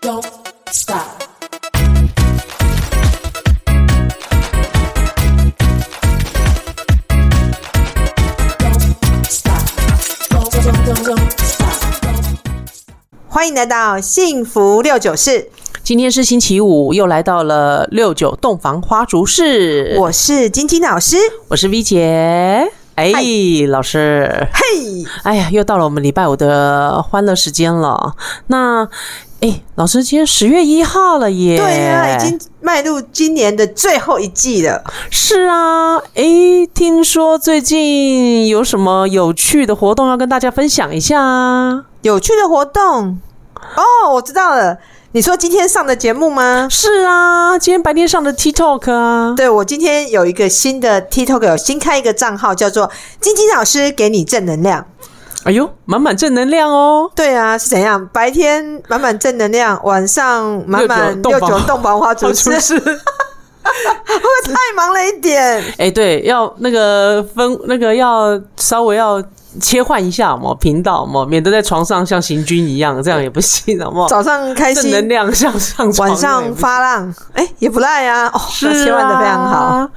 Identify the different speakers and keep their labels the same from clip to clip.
Speaker 1: don't stop. Don't stop. Don't, don't, don't, don't stop. Don't
Speaker 2: 欢迎来到幸福六九室，
Speaker 3: 今天是星期五，又来到了六九洞房花烛式。
Speaker 2: 我是晶晶老师。
Speaker 3: 我是 V 姐，哎，老师，
Speaker 2: 嘿，
Speaker 3: 哎呀，又到了我们礼拜五的欢乐时间了。那，哎，老师，今天十月一号了耶！
Speaker 2: 对啊，已经迈入今年的最后一季了。
Speaker 3: 是啊。哎，听说最近有什么有趣的活动要跟大家分享一下啊？
Speaker 2: 有趣的活动哦，我知道了。你说今天上的节目吗？
Speaker 3: 是啊，今天白天上的 TikTok 啊，
Speaker 2: 对，我今天有一个新的 TikTok，有新开一个账号，叫做“晶晶老师给你正能量
Speaker 3: 哎呦，满满正能量哦”。。
Speaker 2: 对啊，是怎样？白天满满正能量，晚上满满六
Speaker 3: 六九洞房
Speaker 2: 九洞房花烛式，
Speaker 3: 厨
Speaker 2: 会
Speaker 3: 师，
Speaker 2: 不 会太忙了一点？
Speaker 3: 哎、对，要那个分那个要稍微要切换一下嘛，频道嘛，免得在床上像行军一样，这样也不行，好不好？
Speaker 2: 早上开
Speaker 3: 正
Speaker 2: 心，
Speaker 3: 能量向上床，
Speaker 2: 晚上发浪，哎、也不赖啊。哦，
Speaker 3: 是、
Speaker 2: 那
Speaker 3: 啊、
Speaker 2: 切换的非常好。。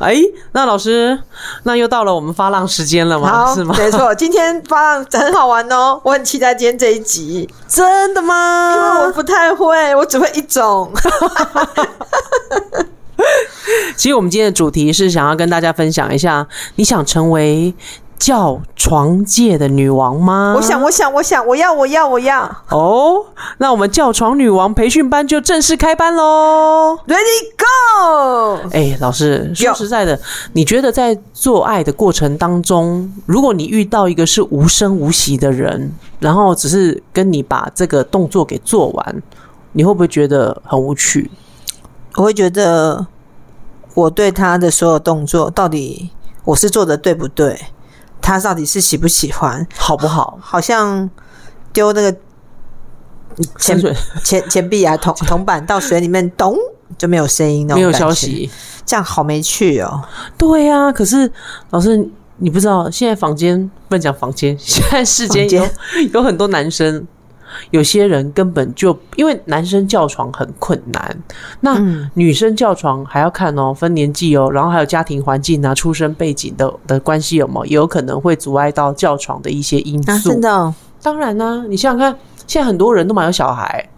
Speaker 3: 哎、那老师，那又到了我们发浪时间了吗？
Speaker 2: 好，
Speaker 3: 是吗？
Speaker 2: 没错，今天发浪很好玩哦，我很期待今天这一集，
Speaker 3: 真的
Speaker 2: 因为我
Speaker 3: 吗？
Speaker 2: 不太会，我只会一种。
Speaker 3: 其实我们今天的主题是想要跟大家分享一下，你想成为叫床界的女王吗？
Speaker 2: 我想，我想，我想，我要，我要，我要
Speaker 3: 哦，那我们叫床女王培训班就正式开班喽！
Speaker 2: ，Ready Go！
Speaker 3: 哎、老师，
Speaker 2: 有
Speaker 3: 说实在的，你觉得在做爱的过程当中，如果你遇到一个是无声无息的人，然后只是跟你把这个动作给做完，你会不会觉得很无趣？
Speaker 2: 我会觉得我对他的所有动作，到底我是做的对不对？他到底是喜不喜欢？
Speaker 3: 好不好？
Speaker 2: 好像丢那个
Speaker 3: 潜水
Speaker 2: 钱钱币 啊、铜铜板到水里面，咚就没有声音那种
Speaker 3: 没有
Speaker 2: 感觉
Speaker 3: 消，息。
Speaker 2: 这样好没趣哦。
Speaker 3: 对呀、可是老师，你不知道现在房间不能讲房间， 现在世间有
Speaker 2: 房
Speaker 3: 有很多男生，有些人根本就因为男生叫床很困难，那
Speaker 2: 嗯
Speaker 3: 女生叫床还要看哦，分年纪哦，然后还有家庭环境啊、出身背景的的关系有没有，也有可能会阻碍到叫床的一些因
Speaker 2: 啊，
Speaker 3: 素。
Speaker 2: 真的哦
Speaker 3: 当然啦、你想想看，现在很多人都蛮有小孩，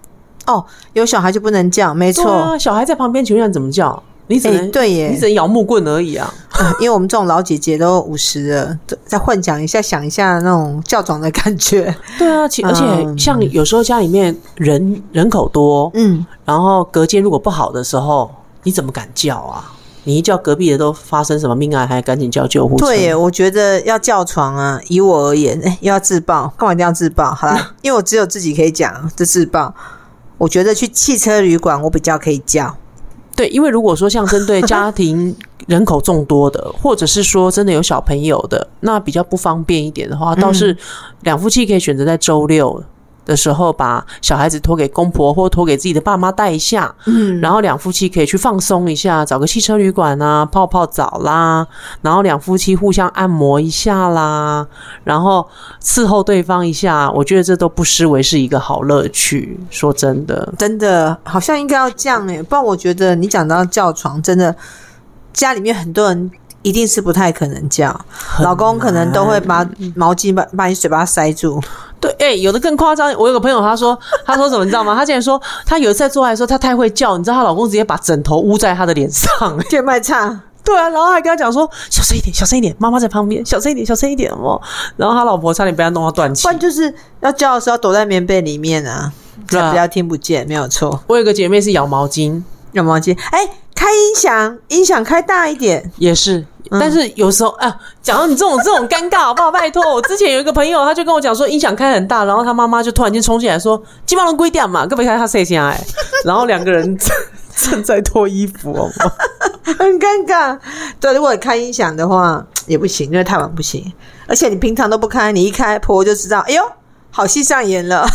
Speaker 2: 哦，有小孩就不能叫，没
Speaker 3: 对
Speaker 2: 错，
Speaker 3: 啊，小孩在旁边，请问你怎么叫？你只
Speaker 2: 哎、
Speaker 3: 能、
Speaker 2: 对
Speaker 3: 你
Speaker 2: 耶
Speaker 3: 只、能摇木棍而已啊。
Speaker 2: 啊 因为我们这种老姐姐都五十了，再幻想一下，想一下那种叫床的感 觉，
Speaker 3: 对啊，其而且
Speaker 2: 嗯
Speaker 3: 像有时候家里面人人口多，
Speaker 2: 嗯，
Speaker 3: 然后隔间如果不好的时候，你怎么敢叫啊？你一叫隔壁的都发生什么命案，还赶紧叫救护车？
Speaker 2: 对耶，我觉得要叫床啊，以我而言，哎、又要自爆，干嘛一定要自爆？好 啦，因为我只有自己可以讲这自爆。我觉得去汽车旅馆，我比较可以叫，
Speaker 3: 对，因为如果说像针对家庭人口众多的，或者是说真的有小朋友的，那比较不方便一点的话，倒是两夫妻可以选择在周六。的时候，把小孩子托给公婆或托给自己的爸妈带一下，
Speaker 2: 嗯，
Speaker 3: 然后两夫妻可以去放松一下，找个汽车旅馆啊，泡泡澡啦，然后两夫妻互相按摩一下啦，然后伺候对方一下，我觉得这都不失为是一个好乐趣。说真的，
Speaker 2: 真的好像应该要这样哎、不然我觉得你讲到叫床，真的家里面很多人一定是不太可能叫，老公可能都会把毛巾把把你嘴巴塞住，
Speaker 3: 对，哎、有的更夸张。我有个朋友，他说，他说什么，你知道吗？他竟然说，他有一次在做爱的时候，他太会叫，你知道，她老公直接把枕头捂在她的脸上。
Speaker 2: 就卖唱。
Speaker 3: 对啊，然后还跟他讲说，小声一点，小声一点，妈妈在旁边，小声一点，小声一点哦。然后他老婆差点被他弄到断气
Speaker 2: 不。然就是要叫的时候躲在棉被里面啊，
Speaker 3: 对啊
Speaker 2: 才比较听不见，没有错。
Speaker 3: 我有个姐妹是咬毛巾，
Speaker 2: 有毛巾，哎、开音响，音响开大一点，
Speaker 3: 也是，
Speaker 2: 嗯
Speaker 3: 但是有时候啊，讲到你这种这种尴尬，好不好？拜托，我之前有一个朋友，他就跟我讲说音响开很大，然后他妈妈就突然间冲进来说：“基本上归点嘛，根本看他谁家哎。”然后两个人正正在脱衣服，好不好
Speaker 2: 很尴尬。对，如果开音响的话也不行，因为太晚不行。而且你平常都不开，你一开，婆婆就知道，哎呦，好戏上演了，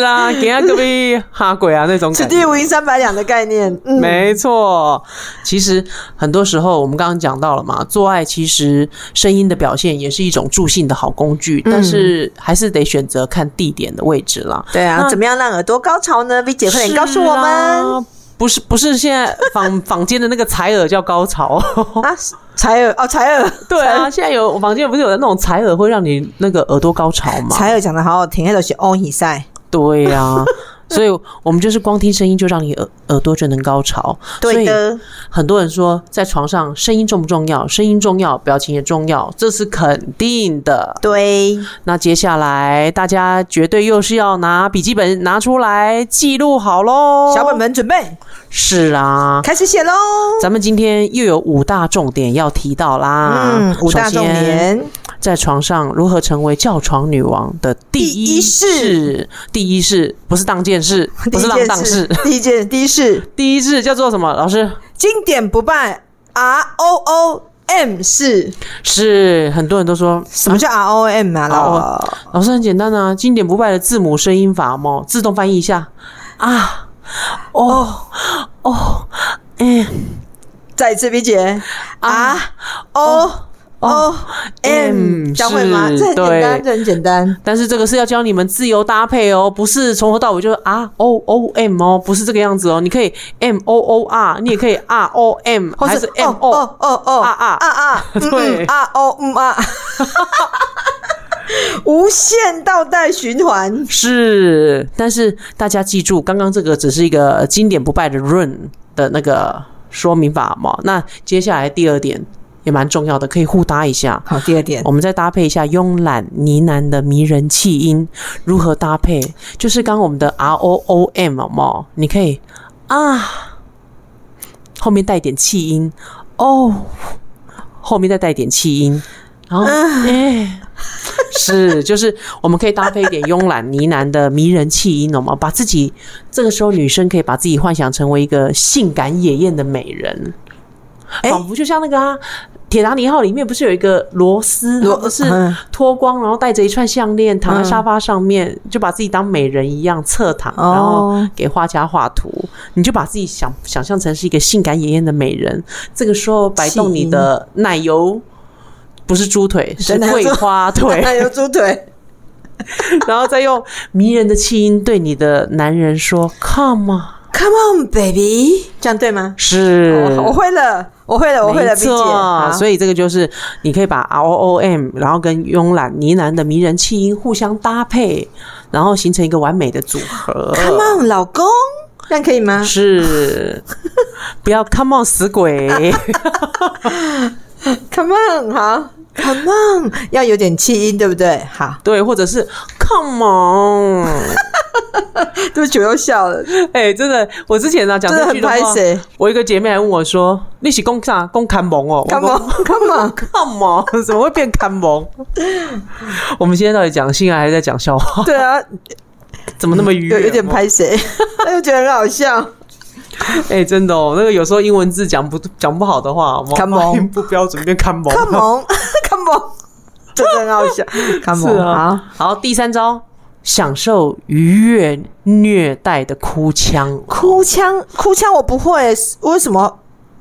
Speaker 3: 啊，给他隔壁哈鬼啊那种
Speaker 2: 此
Speaker 3: 感
Speaker 2: 地
Speaker 3: 觉。
Speaker 2: 无银三百两的概念，嗯，
Speaker 3: 没错，其实很多时候我们刚刚讲到了嘛，做爱其实呃声音的表现也是一种助兴的好工具，
Speaker 2: 嗯
Speaker 3: 但是还是得选择看地点的位置啦。
Speaker 2: 对啊，
Speaker 3: 那
Speaker 2: 怎么样让耳朵高潮呢？V 姐快点告诉我
Speaker 3: 是
Speaker 2: 们
Speaker 3: 啦。不是不是，现在坊 坊间的那个采耳叫高 潮，
Speaker 2: 啊，采耳哦，采耳，
Speaker 3: 对啊，现在有坊间不是有那种采耳会让你那个耳朵高潮吗？
Speaker 2: 采耳讲的好好听，那都是 on 比赛，
Speaker 3: 对呀、所以我们就是光听声音就让你耳耳朵就能高潮。
Speaker 2: 对
Speaker 3: 所以
Speaker 2: 的，
Speaker 3: 很多人说在床上声音重不重要？声音重要，表情也重要，这是肯定的。
Speaker 2: 对，
Speaker 3: 那接下来大家绝对又是要拿笔记本拿出来记录好喽。
Speaker 2: 小本本准备
Speaker 3: 是啊，
Speaker 2: 开始写喽。
Speaker 3: 咱们今天又有五大重点要提到啦。
Speaker 2: 嗯，五大
Speaker 3: 啊首
Speaker 2: 重
Speaker 3: 先
Speaker 2: 点，
Speaker 3: 在床上如何成为叫床女王的
Speaker 2: 第
Speaker 3: 第
Speaker 2: 一
Speaker 3: 一式？第一式不是当件事，
Speaker 2: 第
Speaker 3: 不
Speaker 2: 一
Speaker 3: 是浪
Speaker 2: 件
Speaker 3: 荡
Speaker 2: 事
Speaker 3: 事，，
Speaker 2: 第一件第一事，
Speaker 3: 第一式叫做什么？老师
Speaker 2: 经典不败 R O O M 是
Speaker 3: 是很多人都说
Speaker 2: 什么叫 R O M 啊？老
Speaker 3: 老师很简单啊，经典不败的字母声音法嘛，自动翻译一下啊，哦哦，哎、
Speaker 2: 再一次 V 姐 R
Speaker 3: 啊
Speaker 2: O O 哦 M，
Speaker 3: M，
Speaker 2: 教会吗？
Speaker 3: 是
Speaker 2: 这很简单，
Speaker 3: 对
Speaker 2: 这很简单。
Speaker 3: 但是这个是要教你们自由搭配哦，不是从头到尾就是啊 o o m 哦，不是这个样子哦，你可以 m o o r，你也可以 r o m，
Speaker 2: 或
Speaker 3: 还
Speaker 2: 是
Speaker 3: 是 m
Speaker 2: 哦
Speaker 3: o，、
Speaker 2: 哦哦哦
Speaker 3: 啊啊
Speaker 2: 啊啊，嗯嗯
Speaker 3: 对
Speaker 2: 啊哦嗯啊， 无限倒带循环。
Speaker 3: 是。但是大家记住，刚刚这个只是一个经典不败的 run 的那个说明法嘛。那接下来第二点也蛮重要的，可以互搭一下。
Speaker 2: 好，第二点
Speaker 3: 我们再搭配一下慵懒呢喃的迷人气音，如何搭配？就是刚我们的 R O O M 嘛，你可以啊，后面带一点气音哦，后面再带一点气音，然后
Speaker 2: 啊
Speaker 3: 哎。是，就是我们可以搭配一点慵懒呢喃的迷人气音，懂吗？把自己这个时候女生可以把自己幻想成为一个性感野艳的美人，
Speaker 2: 哎
Speaker 3: 仿佛就像那个啊，铁达尼号》里面不是有一个罗斯，
Speaker 2: 罗
Speaker 3: 他不是
Speaker 2: 嗯
Speaker 3: 脱光，然后戴着一串项链躺在沙发上面，就把自己当美人一样侧躺，
Speaker 2: 哦
Speaker 3: 然后给画家画图，你就把自己想想象成是一个性感野艳的美人。这个时候摆动你的奶油，不是猪腿，是
Speaker 2: 真的
Speaker 3: 桂花腿，
Speaker 2: 奶油猪腿，
Speaker 3: 然后再用迷人的气音对你的男人说 “come”，on
Speaker 2: Come on, baby，这样对吗？哦
Speaker 3: 是。
Speaker 2: 我我会了，我会了，我会了
Speaker 3: 没
Speaker 2: ，B 姐。好
Speaker 3: 错，所以这个就是你可以把 R O O M，然后跟慵懒呢喃的迷人气音互相搭配，然后形成一个完美的组 合。
Speaker 2: Come on，老公，这样可以吗？
Speaker 3: 是，不要 come on 死鬼，
Speaker 2: Come on，好，Come on，要有点气音，对不对？好，
Speaker 3: 对，或者是 come on，
Speaker 2: 对不起，我又笑了，真
Speaker 3: 哎、真的，我之前呢、啊、讲
Speaker 2: 的
Speaker 3: 这
Speaker 2: 很
Speaker 3: 句的话
Speaker 2: 拍，谁
Speaker 3: 我一个姐妹还问我说：“你是公啥公看蒙哦
Speaker 2: ？Come on，Come on，
Speaker 3: ？”come on，怎么 会变看蒙？我们现在到底讲性爱还是在讲笑话？
Speaker 2: 对啊，
Speaker 3: 怎么那么愉悦？
Speaker 2: 有有点拍谁， 但又觉得很好笑。
Speaker 3: 哎、真的哦，那个有时候英文字讲不讲不好的话，我
Speaker 2: 看蒙
Speaker 3: 发音不标准变看蒙。
Speaker 2: Come on，Come on，真 的很好 笑。Come
Speaker 3: 是
Speaker 2: on，好
Speaker 3: 啊， 好，第三招，享受愉悦虐待的哭腔。
Speaker 2: 哭腔，哭腔我不会，为什么？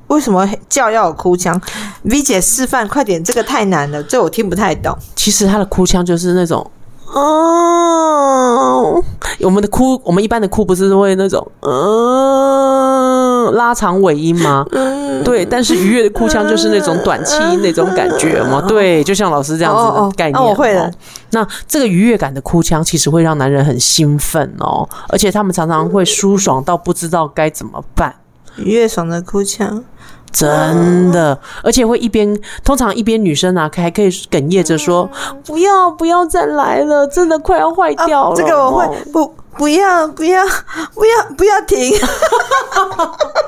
Speaker 2: 为什么叫要有哭腔？V 姐示范，快点，这个太难了，这我听不太懂。
Speaker 3: 其实他的哭腔就是那种，嗯，我们的哭，我们一般的哭不是会那种，嗯，拉长尾音吗？
Speaker 2: 嗯
Speaker 3: 对，但是愉悦的哭腔就是那种短气音那种感觉嘛。对，就像老师这样子
Speaker 2: 哦哦
Speaker 3: 的概念。
Speaker 2: 哦我会了。
Speaker 3: 那这个愉悦感的哭腔其实会让男人很兴奋哦，而且他们常常会舒爽到不知道该怎么办。
Speaker 2: 愉悦爽的哭腔，
Speaker 3: 真的，而且会一边，通常一边女生啊，还可以哽咽着说：“不要，不要再来了，真的快要坏
Speaker 2: 嗯
Speaker 3: 掉了。哦
Speaker 2: 啊这个我会，不不要不要不要不要停，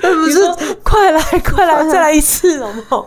Speaker 3: 不是，快来，快 来，再来一次，好不好？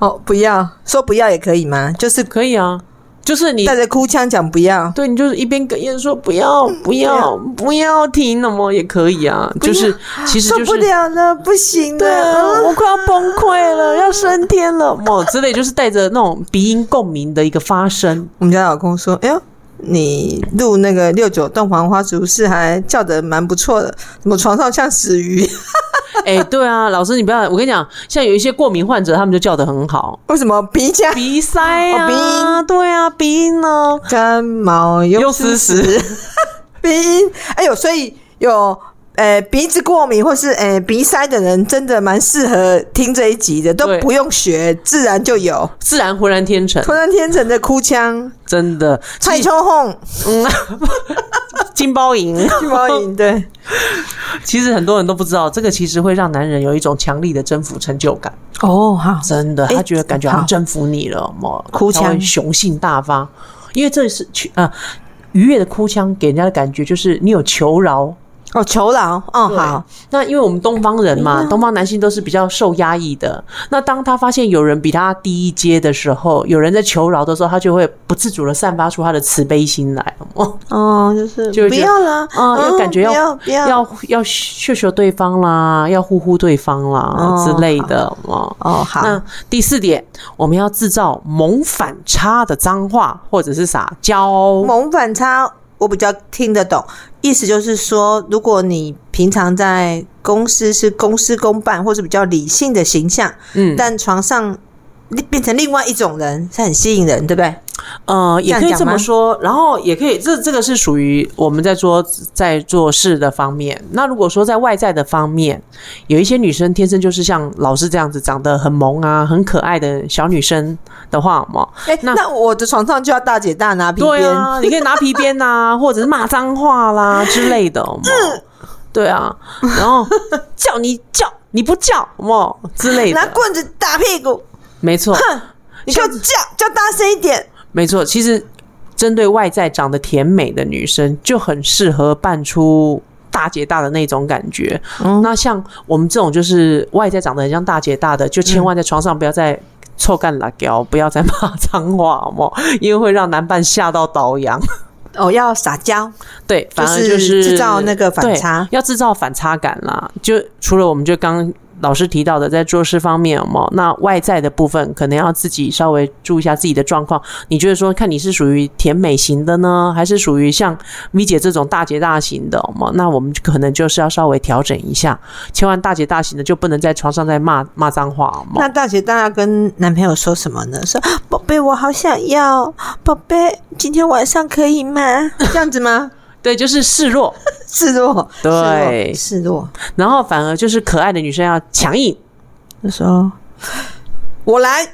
Speaker 2: 哦不要说不要也可以吗？就是
Speaker 3: 可以啊，就是你
Speaker 2: 带着哭腔讲不要，
Speaker 3: 对你就是一边哽咽说不要不要
Speaker 2: 嗯
Speaker 3: 不要停，那么也可以啊，就是其实
Speaker 2: 受
Speaker 3: 就
Speaker 2: 不
Speaker 3: 是。
Speaker 2: 了嗯了，不行
Speaker 3: 对啊，
Speaker 2: 了，
Speaker 3: 我快要崩溃了， 要升天了，么之类，就是带着那种鼻音共鸣的一个发声。
Speaker 2: 我们家老公说：“哎呦，你录那个六九洞房花烛事还叫的蛮不错的，什么床上像死鱼，
Speaker 3: 哎、对啊，老师你不要，我跟你讲，像有一些过敏患者，他们就叫的很好，
Speaker 2: 为什么鼻夹
Speaker 3: 鼻塞啊，
Speaker 2: 哦鼻音
Speaker 3: 对啊，鼻音呢、
Speaker 2: 干毛又
Speaker 3: 又
Speaker 2: 湿
Speaker 3: 湿
Speaker 2: 湿， 鼻音，哎呦，所以有。呃，鼻子过敏或是呃鼻塞的人，真的蛮适合听这一集的，都
Speaker 3: 对
Speaker 2: 不用学，自然就有。
Speaker 3: 自然浑然天成，
Speaker 2: 突然天成的哭腔，
Speaker 3: 真的，
Speaker 2: 蔡秋红、
Speaker 3: 金包银。
Speaker 2: 金毛影，对，
Speaker 3: 其实很多人都不知道，这个其实会让男人有一种强力的征服成就感，
Speaker 2: 哦，好，
Speaker 3: 真的，
Speaker 2: 诶
Speaker 3: 他觉得感觉好
Speaker 2: 好
Speaker 3: 像征服你了，么
Speaker 2: 哭腔
Speaker 3: 雄性大发，因为这是去啊。愉悦的哭腔给人家的感觉就是你有求饶，
Speaker 2: 哦，求饶，哦，
Speaker 3: 对
Speaker 2: 好，。
Speaker 3: 那因为我们东方人嘛，东方男性都是比较受压抑的。那当他发现有人比他低一阶的时候，有人在求饶的时候，他就会不自主的散发出他的慈悲心来，哦
Speaker 2: 哦，就是
Speaker 3: 就会
Speaker 2: 不
Speaker 3: 觉得
Speaker 2: 要啦，
Speaker 3: 啊，
Speaker 2: 嗯
Speaker 3: 又感觉
Speaker 2: 不要不要
Speaker 3: 要要秀秀对方啦，要呼呼对方啦、
Speaker 2: 哦
Speaker 3: 之类的哦。
Speaker 2: 哦，好，
Speaker 3: 那第四点，我们要制造萌反差的脏话或者是撒娇，
Speaker 2: 萌反差我比较听得懂，意思就是说，如果你平常在公司是公事公办，或是比较理性的形象，
Speaker 3: 嗯，
Speaker 2: 但床上变成另外一种人，是很吸引人，对不对？
Speaker 3: 呃，也可以
Speaker 2: 这样
Speaker 3: 这
Speaker 2: 讲吗
Speaker 3: 么说，然后也可以，这这个是属于我们在做在做事的方面。那如果说在外在的方面，有一些女生天生就是像老师这样子长得很萌啊、很可爱的小女生的话 嘛，
Speaker 2: 哎、
Speaker 3: 那
Speaker 2: 那我的床上就要大姐大拿皮
Speaker 3: 对
Speaker 2: 鞭，
Speaker 3: 啊，你可以拿皮鞭呐、或者是骂脏话啦之类 的，有没有对啊，然后叫你叫你不叫，有没有之类
Speaker 2: 拿
Speaker 3: 的，
Speaker 2: 棍子打屁股，
Speaker 3: 没错，
Speaker 2: 你给我叫叫大声一点。
Speaker 3: 没错。其实针对外在长得甜美的女生，就很适合扮出。大姐大的那种感觉，
Speaker 2: 嗯
Speaker 3: 那像我们这种就是外在长得很像大姐大的，就千万在床上不要再臭干辣椒，不要再骂脏话，好吗？因为会让男伴吓到倒羊。
Speaker 2: 哦，要撒娇，
Speaker 3: 对，反而
Speaker 2: 是
Speaker 3: 就是
Speaker 2: 制造那个反
Speaker 3: 对
Speaker 2: 差
Speaker 3: 要制造反差感啦。就除了我们就刚老师提到的，在做事方面有没有那外在的部分，可能要自己稍微注意一下自己的状况。你觉得说，看你是属于甜美型的呢，还是属于像 V 姐这种大姐大型的嘛？那我们可能就是要稍微调整一下，千万大姐大型的就不能在床上再骂骂脏话好吗
Speaker 2: 那大姐大要跟男朋友说什么呢？说宝贝，我好想要，宝贝，今天晚上可以吗？ 这样子吗？
Speaker 3: 对，就是示弱，
Speaker 2: 示弱，
Speaker 3: 对
Speaker 2: 示弱，示弱。
Speaker 3: 然后反而就是可爱的女生要强硬，
Speaker 2: 就说我来，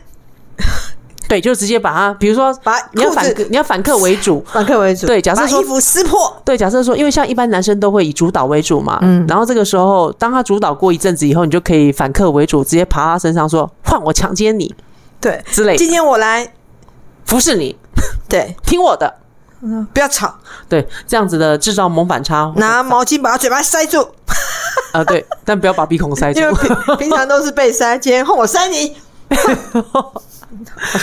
Speaker 3: 对，就直接把她，比如说
Speaker 2: 把
Speaker 3: 你要
Speaker 2: 裤
Speaker 3: 反
Speaker 2: 子
Speaker 3: 你要反客为主，
Speaker 2: 反客为主，
Speaker 3: 对假设
Speaker 2: 把
Speaker 3: 说
Speaker 2: 衣服撕破，
Speaker 3: 对，假设说，因为像一般男生都会以主导为主嘛，
Speaker 2: 嗯
Speaker 3: 然后这个时候，当他主导过一阵子以后，你就可以反客为主，直接爬他身上说换我强奸你
Speaker 2: 对，
Speaker 3: 之类的，
Speaker 2: 今天我来，
Speaker 3: 服侍你，
Speaker 2: 对，
Speaker 3: 听我的，
Speaker 2: 不要吵，
Speaker 3: 对，这样子的制造萌反 差，
Speaker 2: 拿毛巾把嘴巴塞住，
Speaker 3: 呃对，但不要把鼻孔塞住
Speaker 2: 因，为平平常都是被塞，今天换我塞你，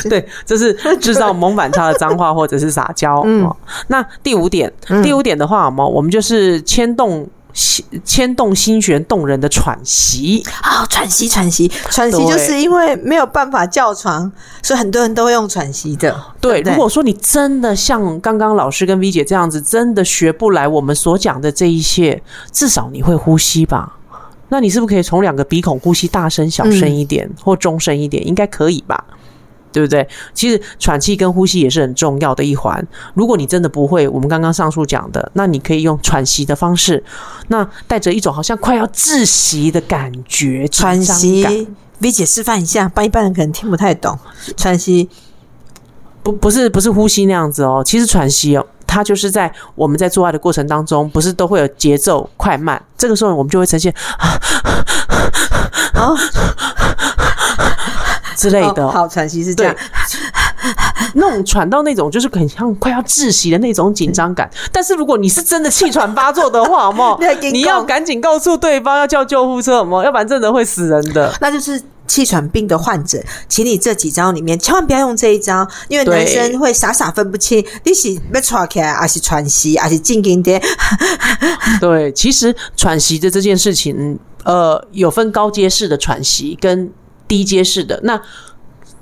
Speaker 3: 对，这是制造萌反差的脏话或者是撒娇。
Speaker 2: 嗯
Speaker 3: 哦，那第五点，第五点的话嘛，我们就是牵动心牵动心弦动人的喘息，
Speaker 2: 啊、喘息，喘息，喘息，
Speaker 3: 对
Speaker 2: 就是因为没有办法叫床，所以很多人都会用喘息的，
Speaker 3: 对，
Speaker 2: 对不对
Speaker 3: 如果说你真的像刚刚老师跟 V 姐这样子，真的学不来我们所讲的这一切，至少你会呼吸吧？那你是不是可以从两个鼻孔呼吸大声、小声一
Speaker 2: 嗯
Speaker 3: 点，或中声一点？应该可以吧？对不对？其实喘气跟呼吸也是很重要的一环。如果你真的不会，我们刚刚上述讲的，那你可以用喘息的方式，那带着一种好像快要窒息的感觉，
Speaker 2: 喘
Speaker 3: 紧张感
Speaker 2: 息。V 姐示范一下，不然一般人可能听不太懂。喘息，
Speaker 3: 不不是不是呼吸那样子哦，其实喘息哦，它就是在我们在做爱的过程当中，不是都会有节奏快慢，这个时候我们就会呈现
Speaker 2: 哦，
Speaker 3: 之类的、
Speaker 2: 哦好，喘息是这
Speaker 3: 对
Speaker 2: 样，，
Speaker 3: 那种喘到那种就是很像快要窒息的那种紧张感。但是如果你是真的气喘发作的话，好不 好
Speaker 2: 你要紧
Speaker 3: 你要
Speaker 2: 讲
Speaker 3: 赶紧告诉对方要叫救护车，好不好要不然真的会死人的。
Speaker 2: 那就是气喘病的患者，请你这几招里面千万不要用这一招，因为男
Speaker 3: 对
Speaker 2: 生会傻傻分不清你是要喘起来，还是喘息，还是静静的。
Speaker 3: 对，其实喘息的这件事情，呃，有分高阶式的喘息跟低阶式的。那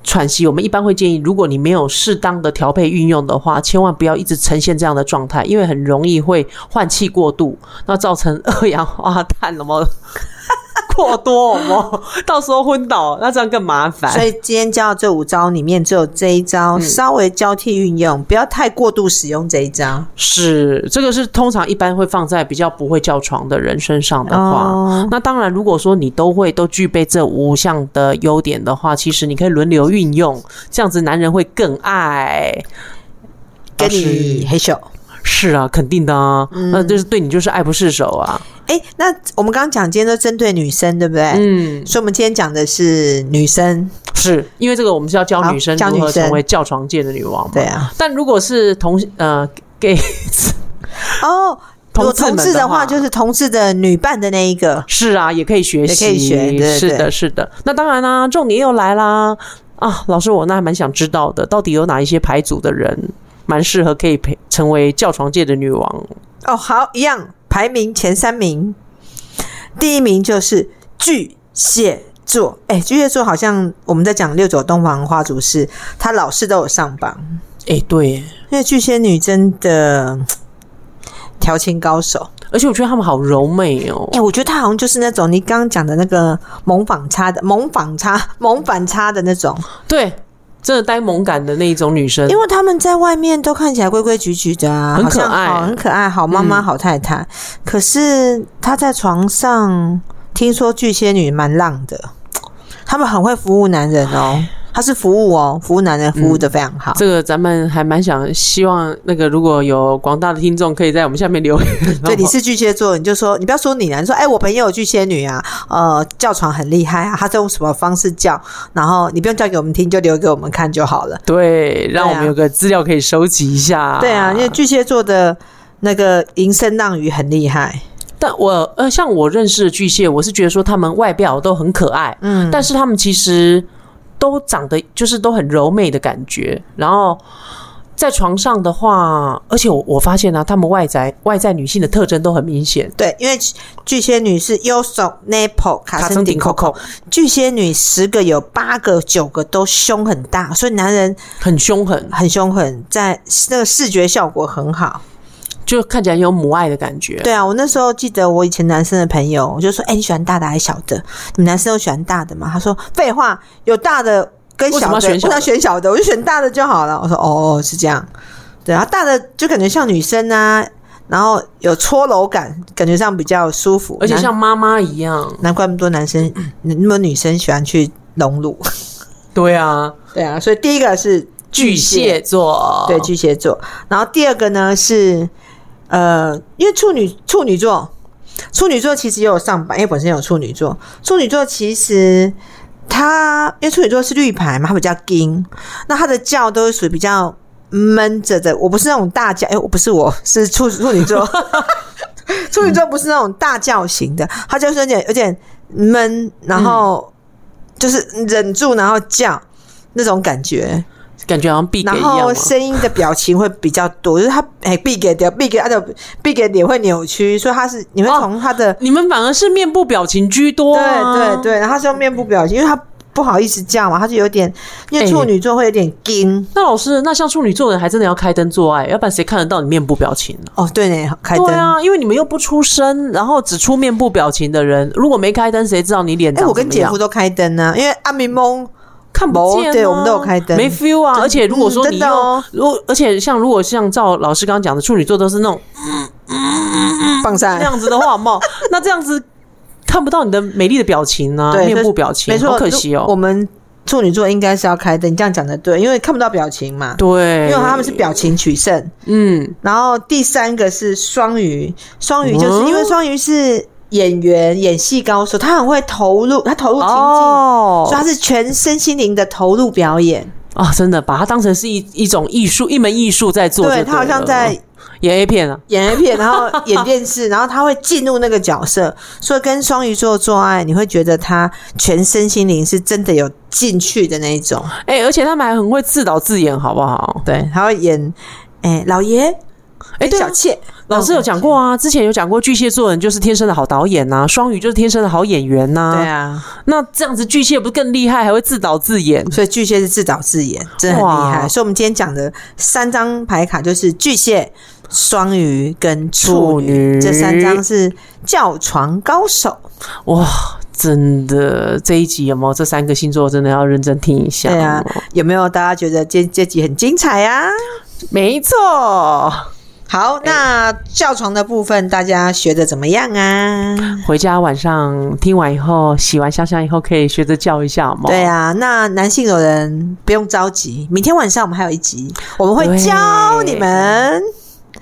Speaker 3: 喘息，我们一般会建议，如果你没有适当的调配运用的话，千万不要一直呈现这样的状态，因为很容易会换气过度，那造成二氧化碳了吗？ 过多哦，到时候昏倒，那这样更麻烦。
Speaker 2: 所以今天教的这五招里面，只有这一招稍微交替运用，不要太过度使用这一招。
Speaker 3: 是，这个是通常一般会放在比较不会叫床的人身上的话。
Speaker 2: 哦
Speaker 3: 那当然，如果说你都会都具备这五项的优点的话，其实你可以轮流运用，这样子男人会更爱。
Speaker 2: 跟
Speaker 3: 老
Speaker 2: 你
Speaker 3: 师
Speaker 2: 黑手。
Speaker 3: 是啊，肯定的啊，
Speaker 2: 嗯
Speaker 3: 那就是对你就是爱不释手啊。
Speaker 2: 哎、那我们刚刚讲今天都针对女生，对不对？
Speaker 3: 嗯，
Speaker 2: 所以我们今天讲的是女生，
Speaker 3: 是因为这个我们是要教
Speaker 2: 好
Speaker 3: 女生
Speaker 2: 教
Speaker 3: 如
Speaker 2: 女
Speaker 3: 何成
Speaker 2: 生
Speaker 3: 为叫床界的女王嘛。
Speaker 2: 对啊。
Speaker 3: 但如果是同呃 gay
Speaker 2: 哦，如
Speaker 3: 同
Speaker 2: 果
Speaker 3: 志
Speaker 2: 同
Speaker 3: 们
Speaker 2: 志
Speaker 3: 的
Speaker 2: 的话，
Speaker 3: 话
Speaker 2: 就是同志的女伴的那一个。
Speaker 3: 是啊，也可以学习，
Speaker 2: 也可以学对对
Speaker 3: 是的，是的。那当然啦、重点又来啦啊！老师，我那还蛮想知道的，到底有哪一些牌组的人蛮适合可以陪成为教床界的女王？
Speaker 2: 哦，好，一样排名前三名，第一名就是巨蟹座。哎、巨蟹座好像我们在讲六九东方花烛式，他老是都有上榜，
Speaker 3: 哎、对，
Speaker 2: 因为巨蟹女真的调情高手。
Speaker 3: 而且我觉得她们好柔美哦
Speaker 2: 哎、。我觉得她好像就是那种你刚刚讲的那个萌反差的萌反差萌反差的那种，
Speaker 3: 对，真的呆萌感的那一种女生
Speaker 2: 因，为他们在外面都看起来规规矩矩的啊，
Speaker 3: 很
Speaker 2: 好像
Speaker 3: 可爱
Speaker 2: 好很可爱，好妈妈、
Speaker 3: 嗯
Speaker 2: 好太太。可是她在床上，听说巨蟹女蛮浪的，他们很会服务男人哦，她是服务哦，服务男人服务的非常好。
Speaker 3: 这个咱们还蛮想希望那个如果有广大的听众可以在我们下面留言。
Speaker 2: 对，你是巨蟹座，你就说，你不要说你啊，你说，哎、我朋友有巨蟹女啊，呃，叫床很厉害啊，她在用什么方式叫，然后你不用叫给我们听，就留给我们看就好了。
Speaker 3: 对，让
Speaker 2: 对啊
Speaker 3: 我们有个资料可以收集一下。
Speaker 2: 对啊，因为巨蟹座的那个银声浪语很厉害，
Speaker 3: 但我呃，像我认识的巨蟹，我是觉得说他们外表都很可爱，
Speaker 2: 嗯，
Speaker 3: 但是他们其实都长得就是都很柔美的感觉，然后。在床上的话，而且我我发现呢、啊，他们外在外在女性的特征都很明显，
Speaker 2: 对，因为巨蟹女是右手 nipple 卡森顶扣，
Speaker 3: Coco
Speaker 2: 巨蟹女十个有八个九个都胸很大，所以男人
Speaker 3: 很凶狠，
Speaker 2: 很凶狠，在那个视觉效果很好。
Speaker 3: 就看起来很有母爱的感觉。
Speaker 2: 对啊，我那时候记得我以前男生的朋友，我就说：“哎、你喜欢大的还是小的？你们男生都喜欢大的吗？”他说：“废话，有大的跟
Speaker 3: 为什
Speaker 2: 小
Speaker 3: 么
Speaker 2: 的，
Speaker 3: 要
Speaker 2: 为
Speaker 3: 选小的
Speaker 2: 什么要选小的，我就选大的就好了。”我说：“哦，是这样。”对啊，大的就感觉像女生啊，然后有搓揉感，感觉上比较舒服，
Speaker 3: 而且
Speaker 2: 难
Speaker 3: 像妈妈一样，
Speaker 2: 难怪那么多男生，那么女生喜欢去隆乳。
Speaker 3: 对啊，
Speaker 2: 对啊，所以第一个是
Speaker 3: 巨蟹座，
Speaker 2: 对巨蟹座，然后第二个呢是呃，因为处女处女座，处女座其实也有上榜，因为本身有处女座，处女座其实它因为处女座是绿牌嘛，它比较硬，那它的叫都是属于比较闷着的。我不是那种大叫，哎、我不是我是处处女座，处女座不是那种大叫型的，它就是有点有点闷，然后就是忍住然后叫那种感觉。
Speaker 3: 感觉好像必给
Speaker 2: 然
Speaker 3: 一样
Speaker 2: 后
Speaker 3: 嘛。
Speaker 2: 声音的表情会比较多，就是他哎，闭给掉，闭给他的闭给脸会扭曲，所以他是你会
Speaker 3: 哦
Speaker 2: 从他的、
Speaker 3: 你们反而是面部表情居多、啊，
Speaker 2: 对对对，然后他是用面部表情，因为他不好意思叫嘛，他就有点，因为
Speaker 3: 哎
Speaker 2: 处女座会有点惊、
Speaker 3: 那老师，那像处女座的人还真的要开灯做爱，要不然谁看得到你面部表情呢、
Speaker 2: 哦，对呢，开灯，
Speaker 3: 对啊，因为你们又不出声，然后只出面部表情的人，如果没开灯，谁知道你脸
Speaker 2: 哎、
Speaker 3: 长
Speaker 2: 我
Speaker 3: 怎
Speaker 2: 跟
Speaker 3: 么
Speaker 2: 姐
Speaker 3: 样
Speaker 2: 夫？都开灯呢、因为阿明蒙
Speaker 3: 看不见、啊，
Speaker 2: 没对我们都有开灯
Speaker 3: 没 feel 啊。
Speaker 2: 真
Speaker 3: 而且如果说
Speaker 2: 嗯
Speaker 3: 你
Speaker 2: 真
Speaker 3: 又，
Speaker 2: 的哦
Speaker 3: 如果而且像如果像照老师刚刚讲的，处女座都是那种
Speaker 2: 放
Speaker 3: 那
Speaker 2: 散，
Speaker 3: 嗯样子的话，嘛，那这样子看不到你的美丽的表情啊，
Speaker 2: 对
Speaker 3: 面
Speaker 2: 所
Speaker 3: 部
Speaker 2: 以
Speaker 3: 表情，
Speaker 2: 没错，
Speaker 3: 好可惜
Speaker 2: 我
Speaker 3: 哦。
Speaker 2: 们处女座应该是要开灯，你这样讲的对，因为看不到表情嘛，
Speaker 3: 对，
Speaker 2: 因为他们是表情取胜。
Speaker 3: 嗯，
Speaker 2: 然后第三个是双鱼，双鱼就是、
Speaker 3: 嗯
Speaker 2: 因为双鱼是演员、演戏高手，他很会投入，他投入情境，所以
Speaker 3: 哦
Speaker 2: 他是全身心灵的投入表演。
Speaker 3: 啊，真的把它当成是一一种艺术，一门艺术在做就
Speaker 2: 对
Speaker 3: 对
Speaker 2: 他好像
Speaker 3: 了
Speaker 2: 在
Speaker 3: 演 A 片啊。
Speaker 2: 演 A 片，然后演电 视，然后他会进入那个角色，所以跟双鱼座做爱，你会觉得他全身心灵是真的有进去的那一种。
Speaker 3: 哎、而且他们还很会自导自演，好不好？
Speaker 2: 对，他会演，哎、老爷，
Speaker 3: 哎，对啊
Speaker 2: 小妾
Speaker 3: 老师有讲过啊，之前有讲过巨蟹座人就是天生的好导演呐、双鱼就是天生的好演员呐、
Speaker 2: 对啊，
Speaker 3: 那这样子巨蟹不是更厉害，还会自导自演？
Speaker 2: 所以巨蟹是自导自演，真的很厉害。
Speaker 3: 哇
Speaker 2: 所以我们今天讲的三张牌卡就是巨蟹、双鱼跟处
Speaker 3: 处
Speaker 2: 女
Speaker 3: 女
Speaker 2: 这三张是叫床高手。
Speaker 3: 哇，真的这一集有没有这三个星座真的要认真听一下？
Speaker 2: 对啊，有没有大家觉得这这集很精彩啊？
Speaker 3: 没错。
Speaker 2: 好，那叫床的部分大家学的怎么样啊？
Speaker 3: 回家晚上听完以后，洗完香香以后可以学着叫一下嘛。
Speaker 2: 对，啊，那男性友人不用着急，明天晚上我们还有一集，我们会
Speaker 3: 对
Speaker 2: 教你们。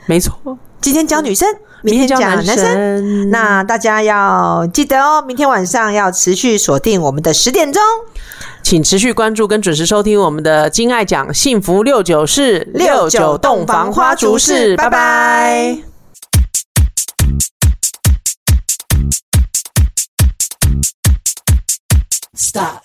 Speaker 3: 没错。
Speaker 2: 今天教女生，明天
Speaker 3: 教
Speaker 2: 讲男生。
Speaker 3: 生，
Speaker 2: 嗯那大家要记得哦，明天晚上要持续锁定我们的十点钟
Speaker 3: 请持续关注跟准时收听我们的《金爱讲幸福六九式
Speaker 2: 六九洞房花烛式，拜
Speaker 3: 拜拜
Speaker 2: 拜。
Speaker 1: Stop.